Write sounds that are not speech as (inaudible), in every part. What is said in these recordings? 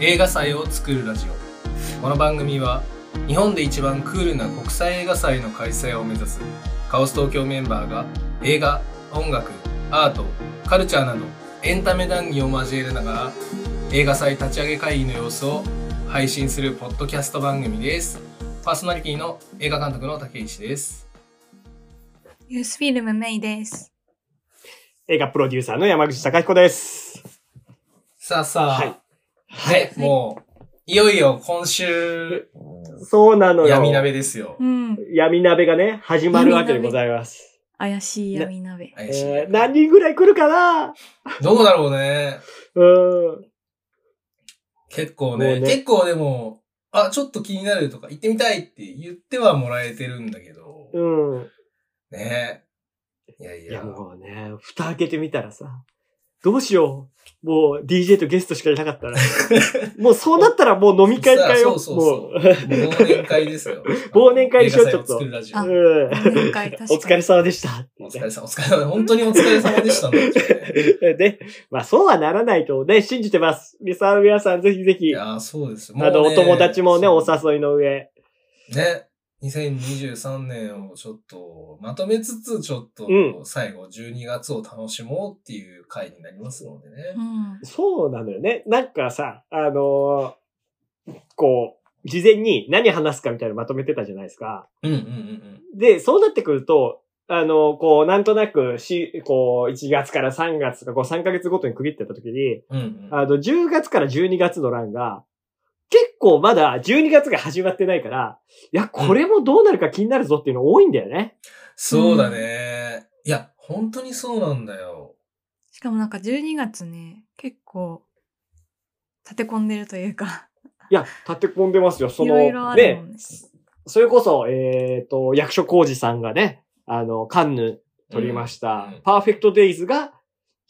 映画祭を作るラジオこの番組は日本で一番クールな国際映画祭の開催を目指すカオス東京メンバーが映画音楽アートカルチャーなどエンタメ談義を交えながら映画祭立ち上げ会議の様子を配信するポッドキャスト番組ですパーソナリティの映画監督の竹石ですユースフィルムメイです。映画プロデューサーの山口孝彦です。さあさあ、はいね、もういよいよ今週そうなのよ。闇鍋ですようん。闇鍋がね、始まるわけでございます。怪しい闇鍋。怪しいえー、何人ぐらい来るかなどうだろうねうん。結構ねもうね結構でも、あ、ちょっと気になるとか、行ってみたいって言ってはもらえてるんだけど、うん。ねいやいいや、やもうね、蓋開けてみたらさ、どうしよう。もう DJ とゲストしかいなか (laughs) ったら。もうそうなったらもう飲み会かさよ。あそうそうもう忘年会ですよ。 (laughs) 忘年会にしようちょっと映画祭を作るラジオあうん忘年会確かにお疲れ様でした。お疲れ様、お疲れ様。本当にお疲れ様で (laughs) したね。で、まあそうはならないとね、信じてます。皆さん、皆さんぜひぜいひ、あや、そうですよ。の、お友達もね、おさ誘いの上。ね。2023年をちょっとまとめつつ、ちょっとう最後12月を楽しもうっていう回になりますのでね。うん。そうなのよね。なんかさ、あのーこう、事前に何話すかみたいなのまとめてたじゃないですか。うんうんうんで、そうなってくると、あのーこう、なんとなく、し、こう、1月から3月とか、こう、3ヶ月ごとに区切ってた時に、うん。うんうん。あの、10月から12月の欄が、結構まだ12月が始まってないから、いや、これもどうなるか気になるぞっていうの多いんだよね。そうだね。いや、本当にそうなんだよ。しかもなんか12月ね、結構、立て込んでるという (laughs) か、いや、立て込んでますよ。そいの、ろいろあるもね、んね。それこそ、えっ、と、役所広司さんがね、あの、カンヌ撮りました。うんパーフェクトデイズが、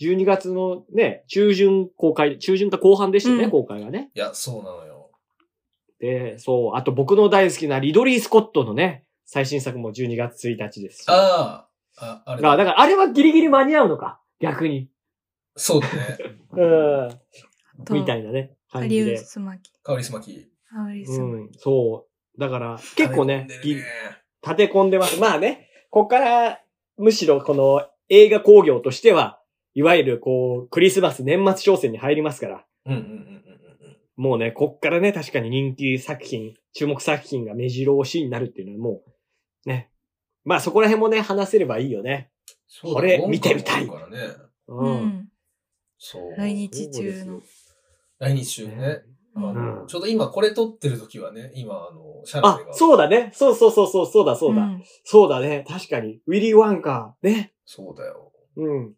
12月のね、中旬公開、中旬か後半でしたよね、うん公開がね。いや、そうなのよ。で、そう、あと僕の大好きなリドリー・スコットのね、最新作も12月1日ですし。ああ、あ、あれがだから、あれはギリギリ間に合うのか、逆に。そうだね。うん。とみたいなね、ハ感リじウでス。スマキ。カオリスマキ。ハウリスうマん、そう。だから、結構ね、食べ込んでぎるね立て込んでます。まあね、こっから、むしろこの映画工業としては、いわゆるこう、クリスマス年末商戦に入りますから、うんうんうんうんうんうん。もうね、こっからね、確かに人気作品、注目作品が目白押しになるっていうのはもう、ね。まあそこら辺もね、話せればいいよね。そうだこれウォンカ見てみたいもあるからね。うキ。うん。そう。来日中の。来日中ね。あうの、うんちょうど今これ撮ってる時はね、今、あの、シャルあレが。、うそうだね。そうそうそうそう、そうだそうだ。んそうだね。確かに。ウィリー・ワンカー。ね。そうだよ。うん。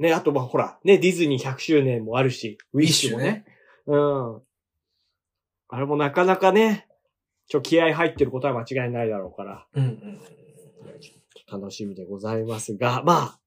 ね、あとまあほら、ね、ディズニー100周年もあるし、ウィッシュもね。。うん。あれもなかなかね、ちょ、気合入ってることは間違いないだろうから、うんうんうんうん。楽しみでございますが、まあ、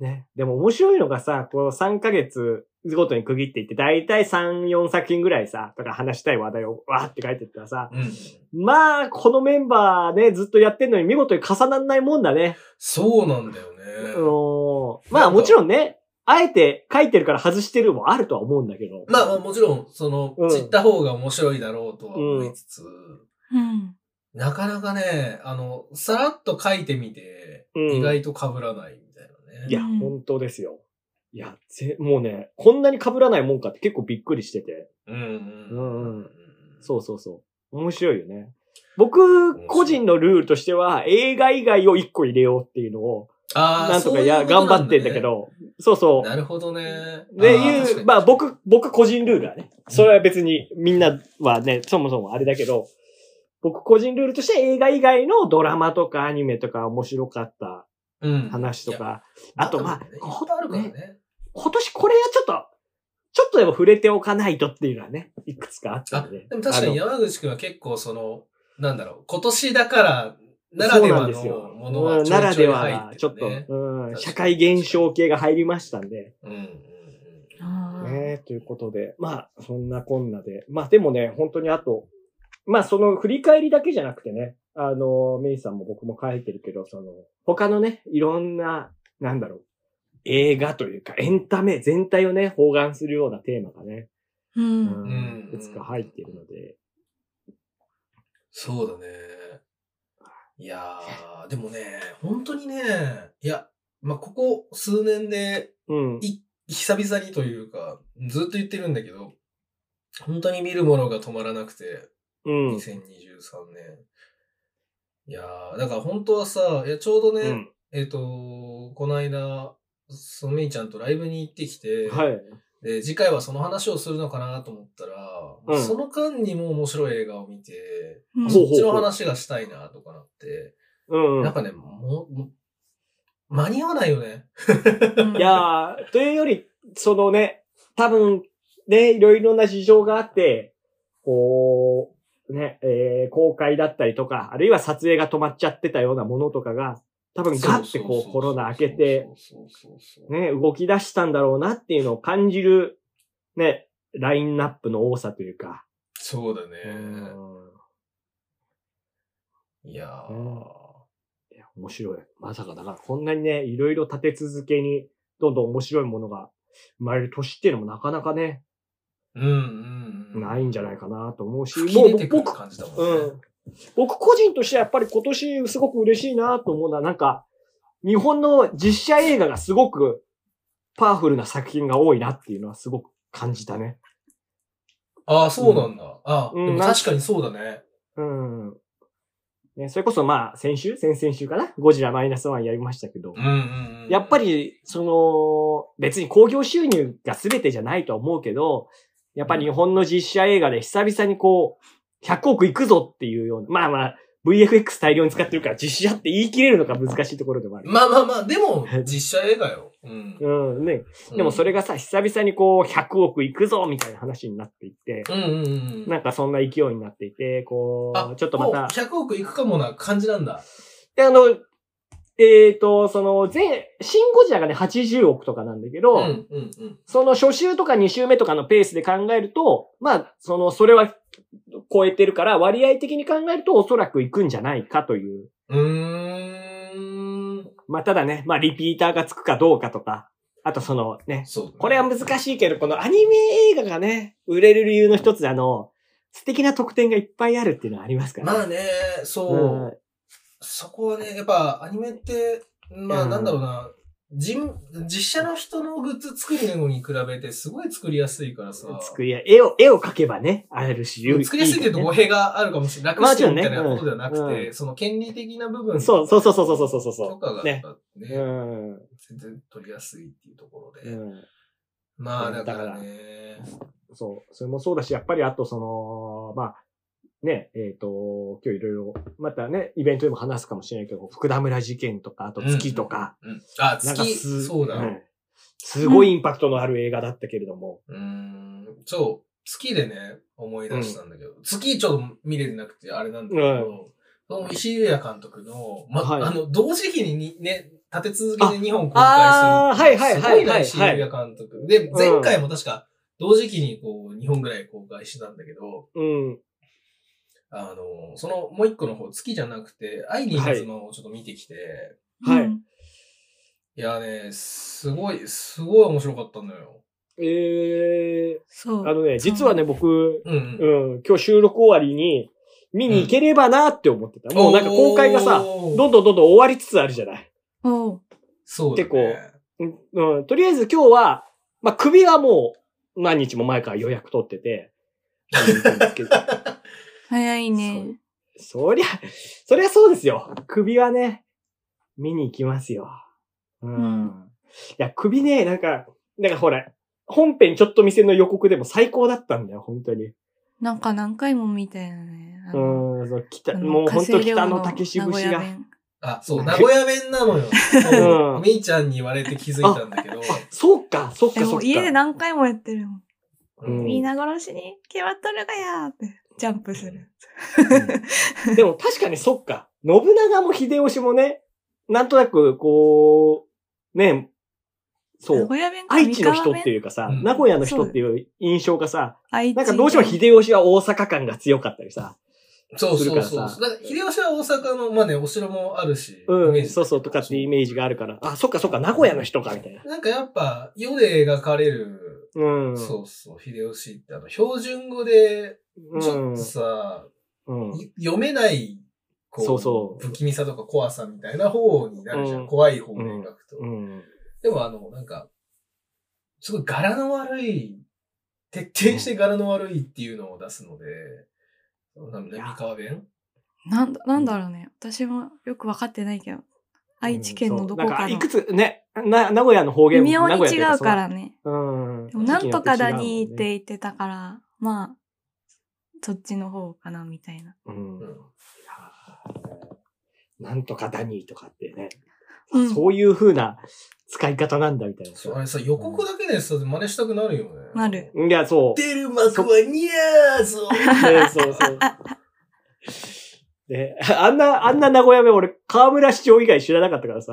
ね。でも面白いのがさ、この3ヶ月ごとに区切っていって、だいたい3、4作品ぐらいさ、とか話したい話題をわーって書いてったらさ、うんうん。まあ、このメンバーね、ずっとやってんのに見事に重なんないもんだね。そうなんだようね。ん。まあもちろんね、あえて書いてるから外してるもあるとは思うんだけど。まあまあもちろん、そのう、ん散った方が面白いだろうとは思いつつ、うん。なかなかね、あの、さらっと書いてみて、うん意外と被らないみたいなね。いや、うん本当ですよ。いや、ぜ、もうね、こんなに被らないもんかって結構びっくりしてて。うんうんうんうんんそうそうそう。面白いよね。僕、個人のルールとしては、映画以外を一個入れようっていうのを、ああ、なんとそかういうや、こと頑な張だってんだけ。ど、そうそう。なるほどね。で、あー確いかう、にまあ僕、僕個人ルールはね、それは別にみんなはね、そもそもあれだけど、僕個人ルールとして映画以外のドラマとかアニメとか面白かったうん話といやか、あとまなあんだろうねいっぱいあるからね。今年これはちょっと、ちょっとでも触れておかないとっていうのはね、いくつかあったあので。、でも確かにあ山口くんは結構その、なんだろう、今年だから、ならではそうなんのですよものはうんちょないらちょでいは入ってる、なね、ちょっと、う確かん、に社会現象系が入りましたんで、うんうんうん。ああ。ね、ということで、まあ、そんなこんなで、まあでもね、本当にあと、まあその振り返りだけじゃなくてね、あの、メイさんも僕も書いてるけど、その、他のね、いろんな、なんだろう、映画というか、エンタメ全体をね、包含するようなテーマがね、う。うんんうんいくつか入っているので、そうだね。いやー、でもね、本当にね、いや、まあ、ここ数年で、うん。い久々にというか、ずっと言ってるんだけど、本当に見るものが止まらなくて、うん。 2023年。いやー、だから本当はさ、いや、ちょうどね、うん。えっ、と、この間、ソメイちゃんとライブに行ってきて、はい。で、次回はその話をするのかなと思ったら、うんその間にも面白い映画を見て、うんほそうっちの話がしたいなとかなって、うんうんなん。かね、もう、もう間に合わないよね。うん (laughs) いやー、というより、そのね、多分、ね、いろいろな事情があって、こう、ね、えー公開だったりとか、あるいは撮影が止まっちゃってたようなものとかが、多分ガッてこうコロナ開けて、そうそうそうそう、ね、動き出したんだろうなっていうのを感じる、ね、ラインナップの多さというか。そうだうね。んいやうんー。いや面白い。まさかだから、こんなにね、いろいろ立て続けに、どんどん面白いものが生まれる年っていうのもなかなかね、うんうんうん。ないんじゃないかなと思うし、吹き出てくる僕、感じだもんうね。ん。僕個人としてはやっぱり今年すごく嬉しいなと思うのは、なんか、日本の実写映画がすごくパワフルな作品が多いなっていうのはすごく感じたね。ああ、そうなんだ。ああ、うんでも確かにそうだね。うん。ね、それこそまあ、先週先々週かなゴジラマイナスワンやりましたけど。うんうんうん。やっぱり、その、別に興行収入が全てじゃないとは思うけど、やっぱり日本の実写映画で久々にこう、100億いくぞっていうような、まあまあ、VFX 大量に使ってるから実写って言い切れるのが難しいところでもある。まあまあまあ、で (laughs) も、実写映画よ。うん。うん、ね。でもそれがさ、久々にこう、100億いくぞみたいな話になっていって、うんうんうんうん。なんかそんな勢いになっていて、こう、ちょっとまもうた、 100億いくかもな感じなんだ。で、あの、えっ、と、その、全、シンゴジラがね、80億とかなんだけど、うんうんうん。その初週とか2週目とかのペースで考えると、まあ、その、それは超えてるから、割合的に考えるとおそらく行くんじゃないかという。うーん。まあ、ただね、まあ、リピーターがつくかどうかとか、あとそのね、そう、ね。これは難しいけど、このアニメ映画がね、売れる理由の一つであの、素敵な特典がいっぱいあるっていうのはありますから、まあね、そう。うんそこはね、やっぱアニメって、まうあんなんだろうな、人、実写の人のグッズ作るのに比べてすごい作りやすいからさ。作りや、絵を、絵を描けばね、あるし、作りやすいっていうと語ね弊があるかもしれない。楽まあもしちろいんみねたいなことではなくて、うんうその権利的な部分そうそうそうそうそうそうそとうそかがやっぱねう。うん。全然取りやすいっていうところで。うんまあうだんからね。そう、それもそうだし、やっぱりあとその、まあ、ね、えっ、と、今日いろいろ、またね、イベントでも話すかもしれないけど、福田村事件とか、あと月とか、うん。あ、なんか月、そうだ。んすごいインパクトのある映画だったけれども、うーんそう、月でね、思い出したんだけど、月ちょっと見れてなくてあれなんだけど、その石井裕也監督の、ま、はいあの、同時期ににね、立て続けで日本公あ開ーする。すはいはいごいはいはない石井裕也監督。で、前回も確か同時期にこう、日本ぐらい公開してたんだけど、うん、あの、そのもう一個の方、月じゃなくて、愛に稲妻をちょっと見てきて、はいうんい、やね、すごい、すごい面白かったんだよ。えそー、う。あのね、実はね、僕、うんうん。うん、今日収録終わりに、見に行ければなって思ってた。もうなんか公開がさ、おー、どんどんどんどん終わりつつあるじゃない。おう。そうだね結構うん、うんとりあえず今日は、まあ、首はもう何日も前から予約取ってて、 (laughs) 早いね。そりゃ、そりゃそうですよ。首はね、見に行きますよ。うん。うんいや、首ね、なんか、なんかほら、本編ちょっと見せの予告でも最高だったんだよ、本当に。なんか何回も見たよね。あうのん、そう、あ北、のもう本当火星北寮の竹し節名古屋が。弁あ、そう、名古屋弁なのよ。そううんみーちゃんに言われて気づいたんだけど、そうか、そうか、でそうもか。家で何回もやってるもん。うん皆殺しに決まっとるがやーって、ジャンプする。 (laughs) うんでも確かにそっか。信長も秀吉もね、なんとなく、こう、ね、そ名う。古屋弁か愛知の三人河弁っていうかさ、うん名古屋の人っていう印象がさ、愛知なんかどうしても秀吉は大阪感が強かったりさ、そうそするうからさそう。だから、秀吉は大阪の、まあね、お城もあるし、イうメーん、ジそうそうとかっていうイメージがあるから、あ、そっかそっか、名古屋の人か、みたいな。なんかやっぱ、世で描かれる、うん。そうそう、秀吉って、あの、標準語で、うちょっんと。さ、うん。い読めない、こそうそう不気味さとか怖さみたいな方になるじゃん。うん怖い方で描くと。うん。でもあの、なんか、すごい柄の悪い、徹底して柄の悪いっていうのを出すので、なんだ、三河弁なんだ、なんだろうね。私もよくわかってないけど、愛知県のどこそうなかんいのく。つ、ね、な、名古屋の方微言妙に違うか。名古屋らね。というかそううん。でもなんとかだにって時期言ってたから、まあ、そっちの方かな、みたいな。によって違ううもんね。ん。うん。なんとかだにとかってね。うんそういう風な使い方なんだみたいな。そう、あれさ、予告だけでさ、真似したくなるよね。なる。いや、そう。出る幕はニャーぞ (laughs) ね、そうそう。で、あんな、あんな名古屋弁、俺、河村市長以外知らなかったからさ。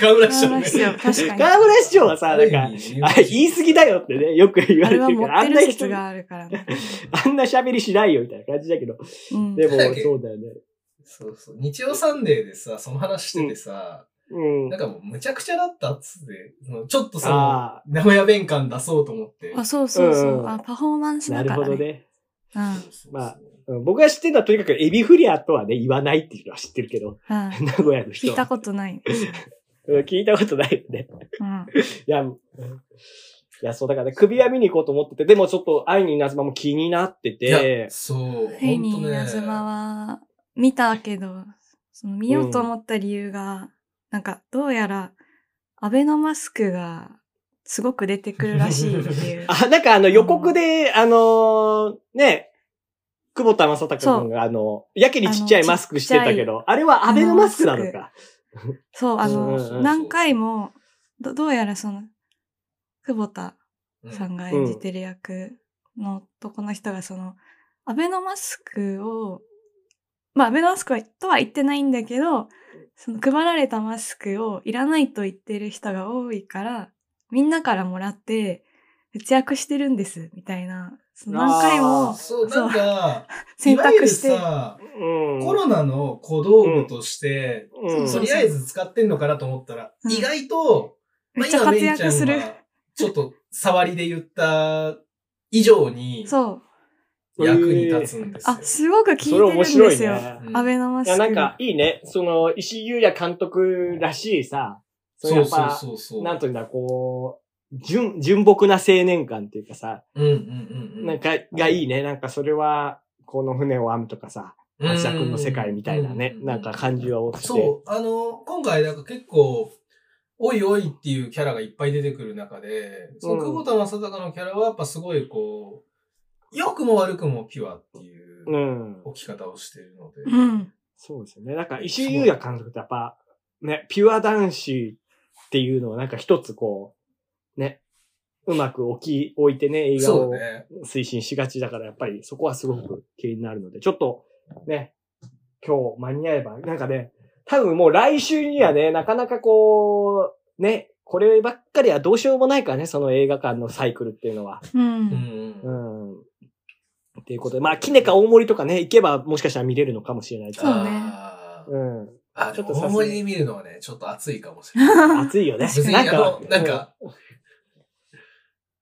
河村市長河村ね市長、確かに。河村市長はさ、なんあかる、意味あ言い過ぎだよってね、よく言わあれれてはる持かっら、あてんなる説人、あがあるからね。んな喋りしないよみたいな感じだけど。うん。 (laughs) でもだっ、けそうだよね。そうそう。日曜サンデーでさ、その話しててさ、うんなん。かもうむちゃくちゃだったっつって、そのちょっとその、あ名古屋弁感出そうと思って。あ、そうそうそう。うんあ、パフォーマンあ、スなだるかほらどね。ね。うん。うん。そうそうそうまあうん僕が知ってるのはとにかくエビフリアとはね、言わないっていうのは知ってるけど、 (laughs) 名古屋の人聞いは。たことない。うん聞いたことないよね。うん。いや、うんいや、そうだからね、首輪見に行こうと思ってて、でもちょっと愛に稲妻も気になっていやて、。そう。フェニほんーとねナズマは見たけど、その見ようと思った理由が、なんかどうやらアベノマスクがすごく出てくるらしいっていう (laughs) あ、なんかあの予告で、あのーね、久保田正孝君があの、やけにちっちゃいマスクしてたけど、あれはアベノマスクなのか。そう、あの、うんうんうん何回もど、どうやらその、久保田うんさんが演じてる役の男の人がその、アベノマスクを、まあ、アベノマスクはとは言ってないんだけど、その配られたマスクをいらないと言ってる人が多いから、みんなからもらって、節約してるんです、みたいな。その何回あもーそう、なんか、選択しいてわゆる。さ、うん。コロナの小道具として、うんとりあえず使ってんのかなと思ったら、うん意外と、めっちゃ活躍すまあ今メるイちゃん。がちょっと、触りで言った以上に、そう。役に立つんですよ。あ、すごく効いてそれるん面です白よ。いね。うんアベノマいスクや、が。なんか、いいね。その、石井優也監督らしいさ、のそうやっそうぱそうそう。なんというんだ、こう、純、純朴な青年感っていうかさ、うんうんうんうん。なんか、がいいね。なんかそれは、この船を編むとかさ、松田君の世界みたいなねう、んなんか感じは多くて。。そう、あの、今回なんか結構、おいおいっていうキャラがいっぱい出てくる中で、その久保田正孝のキャラはやっぱすごいこう、良くも悪くもピュアっていううん置き方をしているので、うん。そうですよね。なんか石井優也監督ってやっぱ、ね、ピュア男子っていうのをなんか一つこう、ね、うまく置き、置いてね、映画そうをだね。推進しがちだから、やっぱりそこはすごく気になるので、ちょっと、ね、今日間に合えば、なんかね、多分もう来週にはね、なかなかこう、ね、こればっかりはどうしようもないからね、その映画館のサイクルっていうのは。ううんん。う。うんん。っていうことで、まあ、キネか大森とかね、行けばもしかしたら見れるのかもしれないけどそうねあーうん。あ、ちちょょっとっとさす大がに盛りで見るのはね、ちょっと熱いかもし (laughs) れない。暑いよね。別に、なあんのか、、なんか、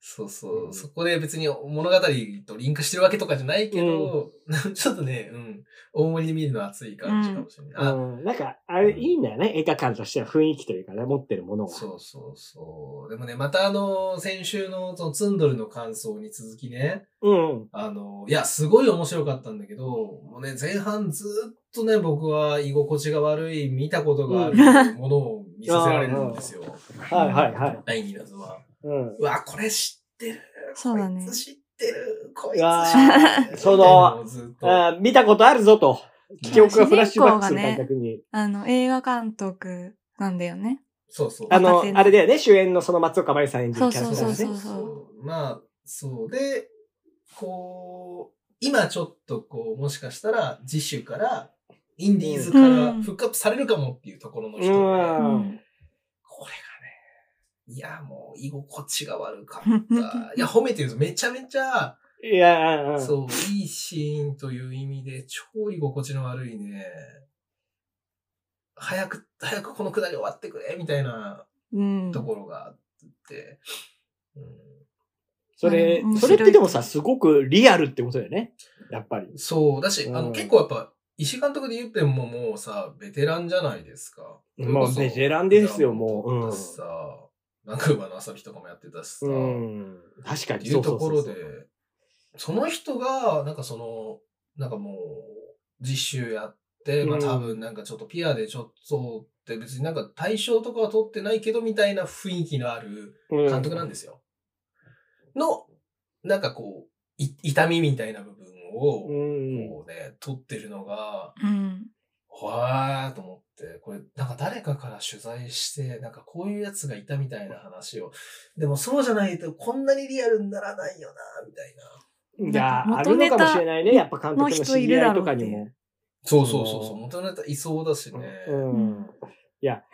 そうそう、そこで別に物語とリンクしてるわけとかじゃないけど、 (laughs) ちょっとね、うん、大盛りで見るのは熱い感じかもしれない。うあん、うんなんか、あれ、いいんだよね。映画館としては雰囲気というかね、持ってるものが。そうそうそう。でもね、またあの、先週のそのツンドルの感想に続きね、うん。あの、いや、すごい面白かったんだけど、もうね、前半ずっとね、僕は居心地が悪い、見たことがあるものを見させられるんですよ。はいはいはい。第2謎は。うん。うわ、これ知ってる。そうだねこいつ知ってる。こいつうわ知ってる。そのみたいなをずっとあー見たことあるぞと。記憶がフラッシュバックする主人公がね感覚に。あの、映画監督なんだよね。そうそう。あ若の手、のあれだよね、主演のその松岡茉優さん演じるキャラクターそうですそねう。そうまあ、そうで、こう、今ちょっとこう、もしかしたら次週から、インディーズかうらんフックアップされるかもっていうところの人で、うんうんこれがね、いや、もう居心地が悪かった。いや、褒めてるんですめちゃめちゃ、いやー、うんそう、いいシーンという意味で、超居心地の悪いね、早く、早くこ (laughs) のくだり終わってくれ、みたいなうん。ところがあって、うんそれうん面、そ白いれってでもさ、すごくリアルってことだよね。やっぱり。そう。だし、あうの、ん結構やっぱ、石監督で言ってももうさ、ベテランじゃないですか。もうそれこそベテランですよもううんだしさ、バンクーバーの朝日とかもやってたしさ、うん。確かっに。ていうところそでうそうそうそう、その人が、なんかその、なんかもう、実習やって、まあうん多分なんかちょっとピアでちょっとって別になんか対象とかは取ってないけどみたいな雰囲気のあるうん監督なんですよ。の、なんかこう、い痛みみたいな部分を、うん。こうね、撮ってるのが、うん。わーと思って、これ、なんか誰かから取材して、なんかこういうやつがいたみたいな話を、でもそうじゃないとこんなにリアルにならないよな、みたいな。いやなんあか元るネのタかもしれないね。やっぱ監督の知り合いとかにの人いも。そうそうそうそう元ネタいそうだしね。うん。いや、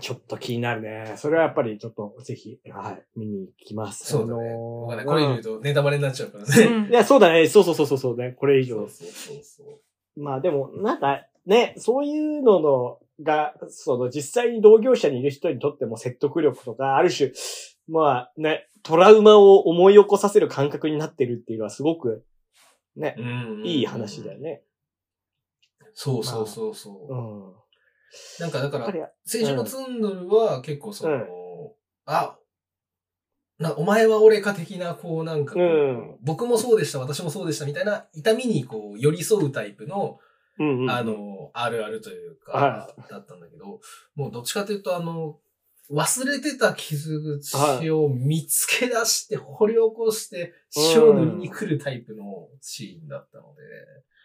ちょっと気になるね。それはやっぱりちょっと、ぜひ、はい、見に行きます。そうだね。あのーわかんないこれ言うとネタバレになっちゃうからうね。んいや、そうだね。そうそうそうそうそうね。これ以そ上う。そうそうそう。まあでも、なんか、ね、そういうのの、が、その、実際に同業者にいる人にとっても説得力とか、ある種、まあね、トラウマを思い起こさせる感覚になってるっていうのはすごく、ね、うんいい話だよ。ね。そうそうそうそうう。ん。なんかだかやっぱらり、、青春のツンドルは結構その、うんあ、な、お前は俺か的な、こうなんかこう、うん僕もそうでした、私もそうでしたみたいな痛みにこう寄り添うタイプの、うんうんあ、の、あるあるというか、はだったんだけど、もうどっちかというとあの、忘れてた傷口を見つけ出して、掘り起こして、塩を塗りに来るタイプのシーンだったので、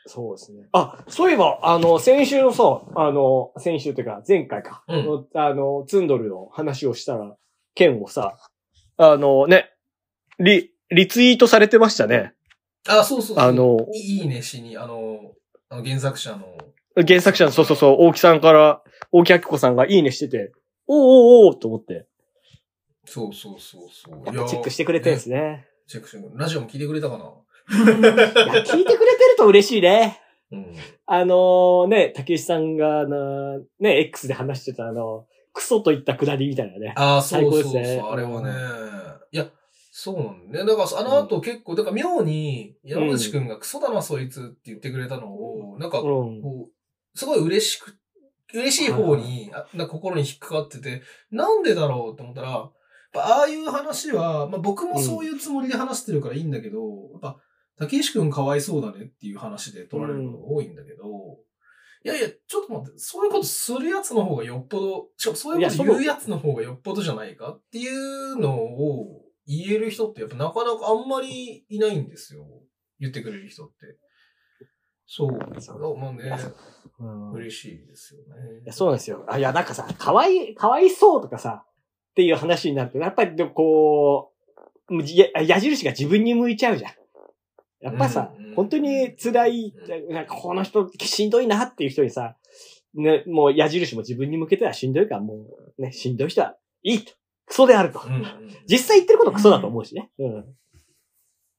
そうですね。あ、そういえば、あの、先週のさ、あの、先週というか、前回か、うんのあの、ツンドルの話をしたら、剣をさ、あのね、リ、リツイートされてましたね。あ、そうそうそう。あのいいいねしに、あの、あの原作者の、原作者の、そうそうそう、大木さんから、大木明子さんがいいねしてて、おーおーおーと思って、そうそうそうそう。やっぱチェックしてくれてるんですね。ね。チェックしてくれラジオも聞いてくれたかなうんいや、聞いてくれてると嬉しいね。うん。あのね、竹内さんがな、ね、X で話してたあの、クソといったくだりみたいなね。ああ、そうそう最そう、高ですねあれはねう。いや、そうなんだね。だから、あの後結構、だから妙に山口くんがクソだな、そいつって言ってくれたのを、なんか、こうん。う、すごい嬉しく、嬉しい方に、あなんか心に引っかかってて、なんでだろうと思ったら、やっぱああいう話は、まあ僕もそういうつもりで話してるからいいんだけど、やっぱ、竹石くんかわいそうだねっていう話で取られることが多いんだけど、いやいや、ちょっと待って、そういうことするやつの方がよっぽど、しかもそういうこといやそ言のうやつの方がよっぽどじゃないかっていうのを言える人ってやっぱなかなかあんまりいないんですよ。言ってくれる人って。そう。だからまあね、うん嬉しいですよいや、ね。そうなんですよ。あいや、なんかさ、かわい、かわいそうとかさ、っていう話になると、やっぱりでもこう、むじや矢印が自分に向いちゃうじゃん。やっぱさ、うんうん本当に辛い、なんかこの人しんどいなっていう人にさ、ね、もう矢印も自分に向けてはしんどいから、もうね、しんどい人はいいと。クソであると。うんうん実際言ってることクソだと思うしね。う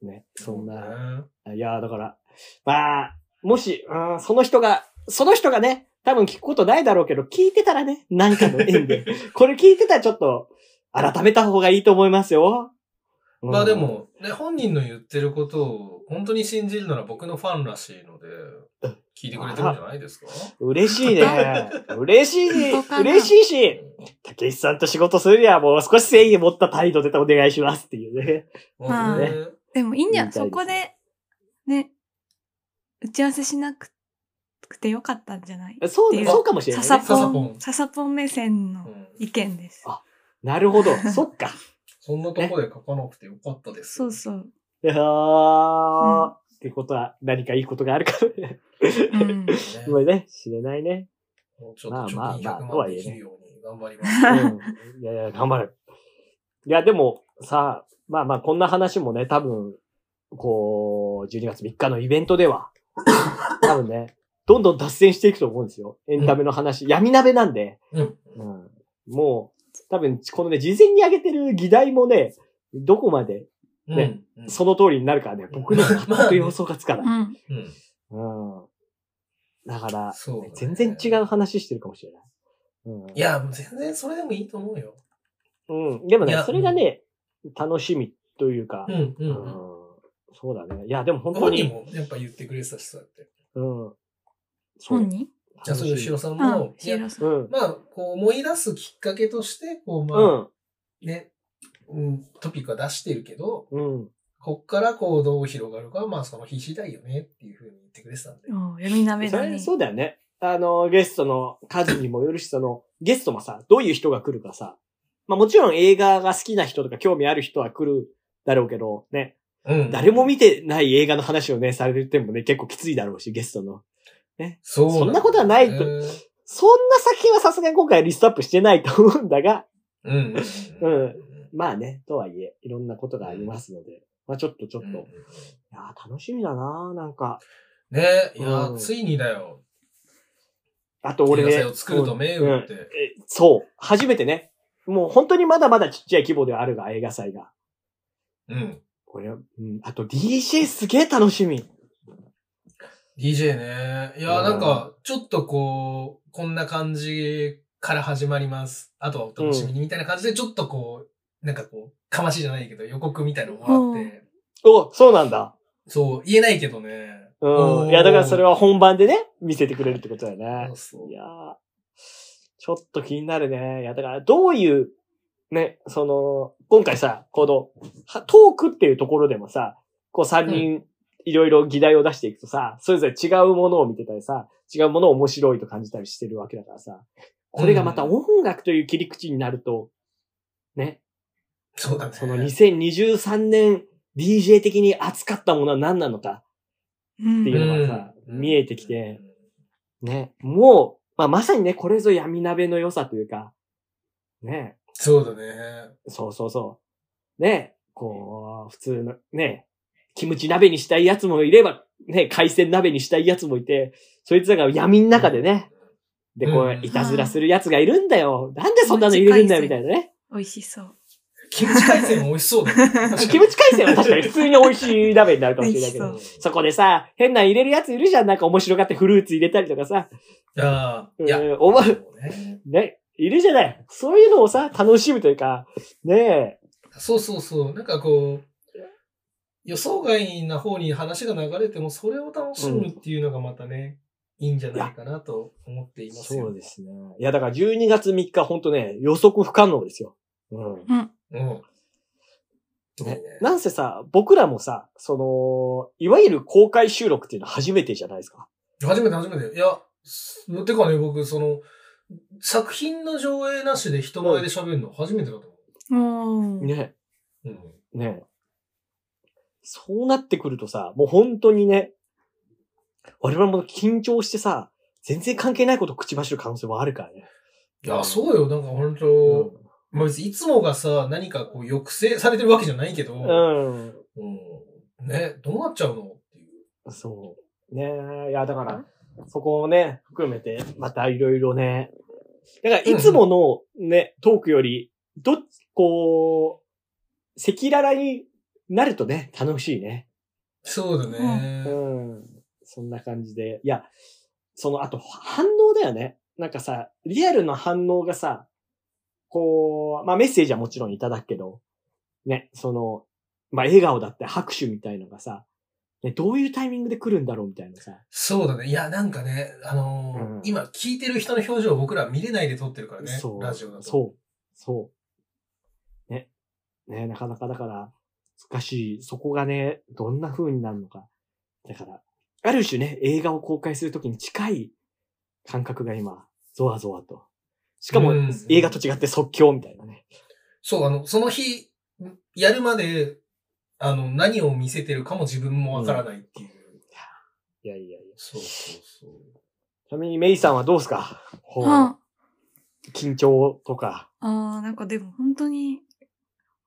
ん。ね、そんな。ねいやー、だから、まあ、もし、うんその人が、その人がね、多分聞くことないだろうけど、聞いてたらね、なんかの (laughs) 縁で、これ聞いてたらちょっと、改めた方がいいと思いますよ。うんまあで、も、ね、本人の言ってることを本当に信じるなら僕のファンらしいので、聞いてくれてるんじゃないですか嬉しい (laughs) ね。嬉しい本当か、な嬉しいし、竹内さんと仕事するにはもう少し誠意持った態度でお願いしますっていうね。まあねでもいいんじゃみん。たいそですこで、ね、打ち合わせしなくてよかったんじゃないそうってだ、いそうかもしれなサい、笹サポね。ポンン、ササポン目線うのん意見です。あなるほ (laughs) ど、そっか。そんなとこで書かなくてよかったです。そう (laughs) そう。いやー、ってことは何かいいことがあるかもね。うん。ねごめんね、知れないね。もうちょっと貯金まあまあ100まあとは万いえでねきるように頑張ります。うんいやいや、頑張る。いや、でも、さ、まあまあ、こんな話もね、多分、こう、12月3日のイベントでは、多分ね、どんどん脱線していくと思うんですよ。エンタメの話。闇鍋なんで、うん。うんもう、多分、このね、事前に上げてる議題もね、どこまでねうん。その通りになるかね、僕には全く予想がつかうない。ん。うん。うん、だから、そうだね全然違う話してるかもしれない。うんいや、もう全然それでもいいと思うよ。うん。でもいねや、それがね、楽しみというか、うんう。うんんそうだね。いや、でも本当本人に、もやっぱ言ってくれてたしさって。うん。そう本人じゃあ、それで白うさんあも、いシやエロさん。ん。まあ、こう思い出すきっかけとして、こう、まうあ、ん。ね、うん、トピックは出してるけど、うん。こっからこうどう広がるかは、まあその日次第よねっていうふうに言ってくれてたんで。おー闇鍋そだれね。そうだよね。あの、ゲストの数にもよるし、その、ゲストもさ、どういう人が来るかさ。まあもちろん映画が好きな人とか興味ある人は来るだろうけど、ね。うん誰も見てない映画の話をね、されてもね、結構きついだろうし、ゲストの。そうだそんなことはないとうんそんな作品はさすがに今回リストアップしてないと思うんだが、うん。うまあね、とはいえ、いろんなことがありますので、まあちょっとちょっと、うんいやー楽しみだなーなんか。ねいや、うんついにだよ。あと映俺画ね祭を、作ると銘うん打っうんて。えそう、初めてね、もう本当にまだまだちっちゃい規模ではあるが、映画祭が。うん。これ、うん、あと DJ すげえ楽しみ。 DJ ね。いや、うんなんか、ちょっとこう、こんな感じから始まります。あとはお楽しみにみたいな感じで、ちょっとこう、なんかこう、かましじゃないけど、予告みたいのもらって。お、そうなんだ。そう、言えないけどね。うん。いや、だからそれは本番でね、見せてくれるってことだよねそう。そういやーちょっと気になるね。いや、だからどういう、ね、その、今回さ、この、はトークっていうところでもさ、こう3人、いろいろ議題を出していくとさ、それぞれ違うものを見てたりさ、違うものを面白いと感じたりしてるわけだからさ、これがまたうん音楽という切り口になると、ね、そうだね。その2023年 DJ 的に熱かったものは何なのか、うんっていうのがうんさ見えてきて。ね、もう、まあ、まさにね、これぞ闇鍋の良さというか、ね、そうだね。そうそうそう。ね、こう、普通の、ね、キムチ鍋にしたいやつもいれば、ね、海鮮鍋にしたいやつもいて、そいつらが闇の中でね、で、こうう、んいたずらするやつがいるんだよ。なんでそんなの入れるんだよ、みたいなね。美味しそう。キムチ海鮮美味しそう (laughs) だね。確かにキムチ海鮮は確かに普通に美味しい鍋になるかもしれないけ美味しそうど。そこでさ、変なの入れるやついるじゃん。なんか面白がってフルーツ入れたりとかさ。いやー、いや、うんお前そうねね、いるじゃない。そういうのをさ、楽しむというか、ねそうそうそう。なんかこう、予想外な方に話が流れても、それを楽しむっていうのがまたね、いいんじゃないかなと思ってえ。いますよ。すね。いや、だから12月3日、ほんとね、予測不可能ですよ。うん。うん。いいねね、なんせさ、僕らもさ、その、いわゆる公開収録っていうのは初めてじゃないですか。初めて初めて。いや、すてかね、僕、その、作品の上映なしで人前で喋るの初めてだと思うん。おー。ね。う。うん。ねそうなってくるとさ、もう本当にね、我々も緊張してさ、全然関係ないことを口走る可能性もあるからね。いや、そうよ。なんか本当、まあ別にいつもがさ、何かこう抑制されてるわけじゃないけど、うん。うんうんね、どうなっちゃうのっていう。そう。ねえ、いや、だから、そこをね、含めて、またいろいろね。だから、いつものね、トークより、どっち、こう、赤裸々になるとね、楽しいね。そうだね。うん。そんな感じで。いや、その、あと、反応だよね。なんかさ、リアルの反応がさ、こう、まあ、メッセージはもちろんいただくけど、ね、その、まあ、笑顔だって拍手みたいのがさ、ね、どういうタイミングで来るんだろうみたいなさ。そうだね。いや、なんかね、あのーうん今聞いてる人の表情を僕ら見れないで撮ってるからねそ。う。ラジオだと。そう。そう。ね。ね、なかなかだから、難しい。そこがね、どんな風になるのか。だから、ある種ね、映画を公開するときに近い感覚が今、ゾワゾワと。しかもうん、映画と違って即興みたいなね。そう、あの、その日、やるまで、あの、何を見せてるかも自分もわからないっていう。いやいやいや。そうそうそう。ちなみに、メイさんはどうですかこうあ、緊張とか。あーなんかでも本当に、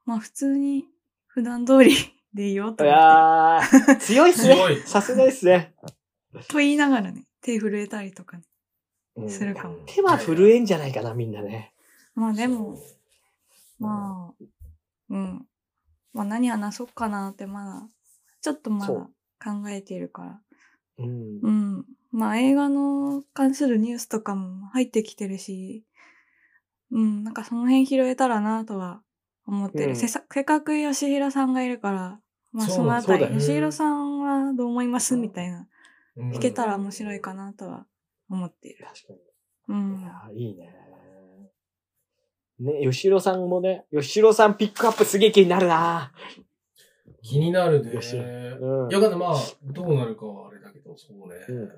まあ普通に普段通りでいよういと思っやー、強いっすすごね。い。さすがですね。て。と言いながらね、手震えたりとかね。うんするかも手は震えんじゃないかな、みんなね。まあでそも、うまあ、うん。まあ何話そうかなってまだ、ちょっとまだそう考えてるから。うん。うん。まあ映画の関するニュースとかも入ってきてるし、うん、なんかその辺拾えたらなとは思ってる。うんせさせっかく吉弘さんがいるから、まあそうそのあたり、そうだよね吉弘さんはどう思いますみたいな、うん聞けたら面白いかなとは思っている。確かうに。んい。や、いいね。ね、吉野さんもね、吉野さんピックアップすげえ気になるな気になるね。よしいうん。や、まだまあ、どうなるかはあれだけど、そうね。うん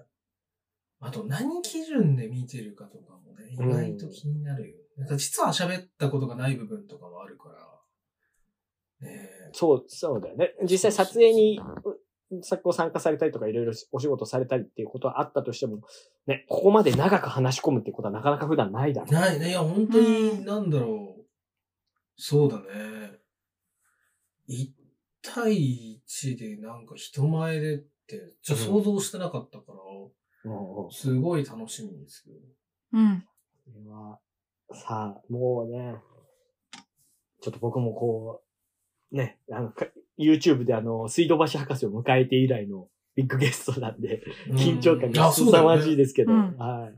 あと、何基準で見てるかとかもね、意外と気になるよ。なんか実は喋ったことがない部分とかもあるから。ねえ。そう、そうだよね。実際撮影に、う作家参加されたりとかいろいろお仕事されたりっていうことはあったとしても、ね、ここまで長く話し込むってことはなかなか普段ないだろう。ないね。いや、本当に、なんだろう。そうだね。1対1でなんか人前でって、じゃうん想像してなかったから、うんうんすごい楽しみですけど。うん。これは、さあ、もうね、ちょっと僕もこう、ね、あの、か YouTube であの、水道橋博士を迎えて以来のビッグゲストなんで、緊張感があそうだよ凄ねまじいですけど、うんはい。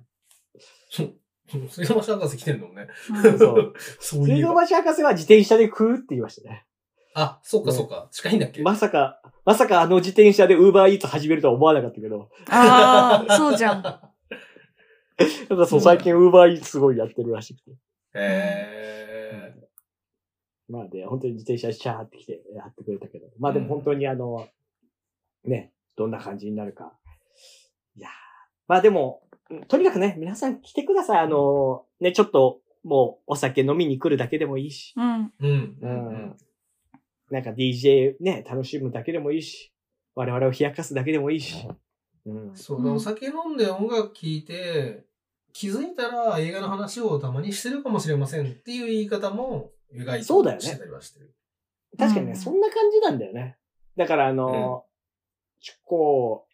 そう。 (laughs) そう水道橋博士来てんのもね。 (laughs) うんそう。そう水いえ道ば。橋博士は自転車で食うって言いましたね。あ、そっかそっか。近いんだっけまさか、まさかあの自転車で Uber Eats 始めるとは思わなかったけど、ああ、そうじゃん。ただそう、最近 Uber Eats すごいやってるらしくて。 (laughs) へえ。まあで、本当に自転車でシャーって来てやってくれたけど。まあでも本当にあの、ね、どんな感じになるか。いやーまあでも、うんとにかくね、皆さん来てください。あの、ね、ちょっと、もうお酒飲みに来るだけでもいいし。うん。うん。ううんん。なんか DJ ね、楽しむだけでもいいし、我々を冷やかすだけでもいいし。うん。そうだ、お酒飲んで音楽聴いて、気づいたら映画の話をたまにしてるかもしれませんっていう言い方も、意外とそうだよねしてたりはしてる。確かにね、うんそんな感じなんだよね。だからあの、こ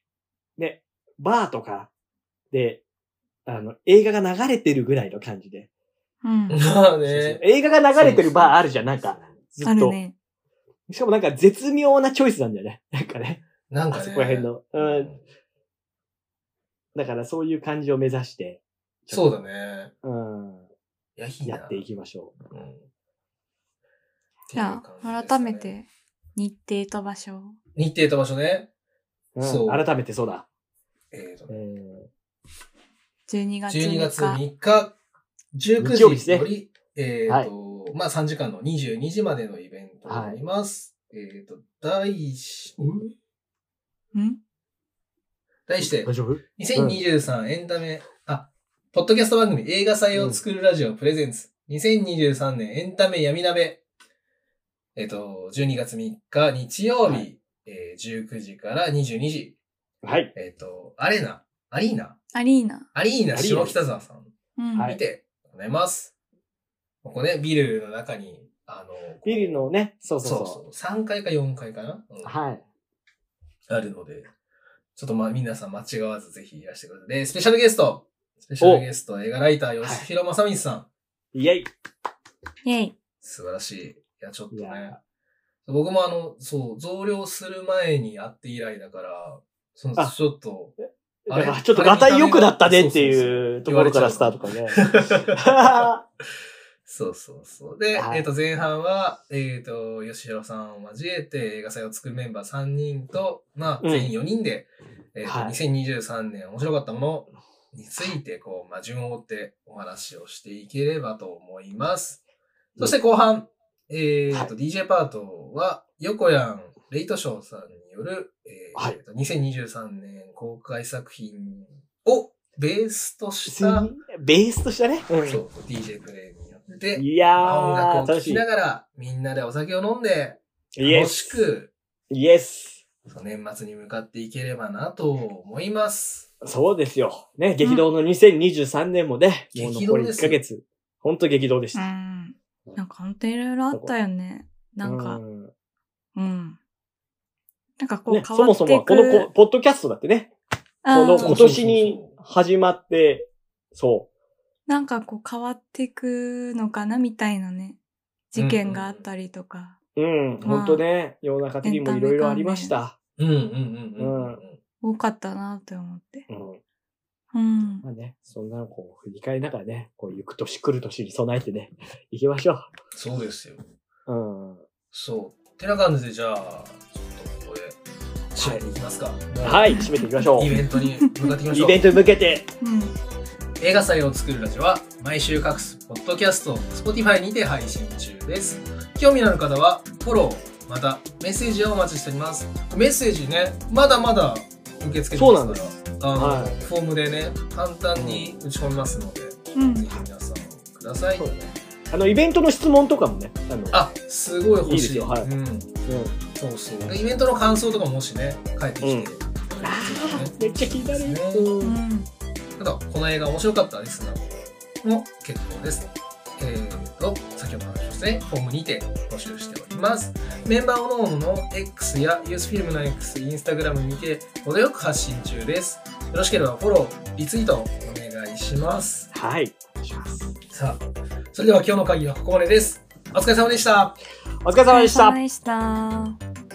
う、ね、バーとかで、あの、映画が流れてるぐらいの感じで。うん。 (laughs) まあそうねそう。映画が流れてるバーあるじゃん、なんか。ずあっると。ね。しかもなんか絶妙なチョイスなんだよね。なんかね。なんかあね。そこら辺の。ううん。ん。だからそういう感じを目指して、そうだね。うん。いや、いいなやっていきましょうんっていうじゃ感あ、ですか改ねめ。て、日程と場所を。日程と場所ね。う。うん、そう改めてそうだ。えーとうねん12月3 12日。月3日、19日曜日です時ねより、えっ、と、まあ3時間の22時までのイベントになります。えっ、と、題し、うん題して大、丈夫2023エンタメ、あ、ポッドキャスト番組映画祭を作るラジオプレゼンツ、2023年エンタメ闇鍋。えっ、と、12月3日日曜日、はえー19時から22時、はい。えっ、と、アレナ、アリーナ、アリーナ。アリーアリーナナ下北沢さんうん。はい見てございます。ここね、ビルの中に、あの、ビルのね、そうそそううそそうう。 3階か4階かな、うんはい。あるので、ちょっとまあ皆さん間違わずぜひいらしてください。で、スペシャルゲストスペシャルゲスト、映画ライター、吉弘正道さん、イェイイェイ。素晴らしい。いや、ちょっといねや。僕もあの、そう、増量する前に会って以来だから、その、あちょっと、あだれからちょっとガタイ良くなったねっていうところからスタートかね。 (laughs) そうそうそう。で、はいえっ、と、前半は、えっ、と、吉弘さんを交えて映画祭を作るメンバー3人と、まあ、うん全員4人で、えっ、と、はい2023年面白かったものについて、こう、まあ、順を追ってお話をしていければと思います。そして後半、えっ、と、DJ パートは、横やん、レイトショーさんによる、えっ、はいと、2023年公開作品をベースとした、ベースとしたね。うんそう、DJ プレイによって、音いやー、楽を聴楽しきいな。がら、みんなでお酒を飲んで、イエ楽しス。く、イエス。そう年末に向かっていければなと思います。そうですよ。ね、激動の2023年もね、うんもう激動残りで1すヶ月。ほんと激動でしうた。ん。なんか本当いろいろあったよね。なんうか、んうん。なんかこうね、変そわもってそいく。も、このこポッドキャストだってね、あこーのそう今年に始まって、そなんかこう変わっていくのかなみたいなね。事件があったりとか。う。うん、まあほんとね、世の中的にもいろいろありました。うんうんうんうん。うん多かったなって思って。うん。うん。まあね、そんなのこ (laughs) う振り返りながらね、こう行く年来る年に備えてね、行きましょそうですよ。うん。そう。てな感じで、じゃあ、ちょっとここで、締めていきますか。ははい、締めていきましょイう。ベントに向かっていきましょイう。ベントに向けて。うん。映画祭を作るラジオは毎週各ポッドキャスト、Spotify にて配信中です。興味のある方はフォロー、またメッセージをお待ちしております。メッセージね、まだまだ受け付けてますから。そうなんですあの、はいフォームでね、簡単に打ち込みますので、ぜうん。ひ皆さんください。そうだねあの、イベントの質問とかもね。あの、あ、すごい欲いいでしい。すよはいうん、うんそうそう。でイベントの感想とかもしね、返ってきて。うんめっちゃ気になる。ううんうん。あと、この映画面白かったですなども結構です。えーと、先ほどの話をして、ね、フォームにて募集しております。メンバーおのおのの X やユースフィルムの X、インスタグラムにて程よく発信中です。よろしければフォロー、リツイートお願いします。はい。お願いしますさあ、それでは今日の会議はここまでです。お疲れ様でした。お疲れ様でしたお疲れ様。でした。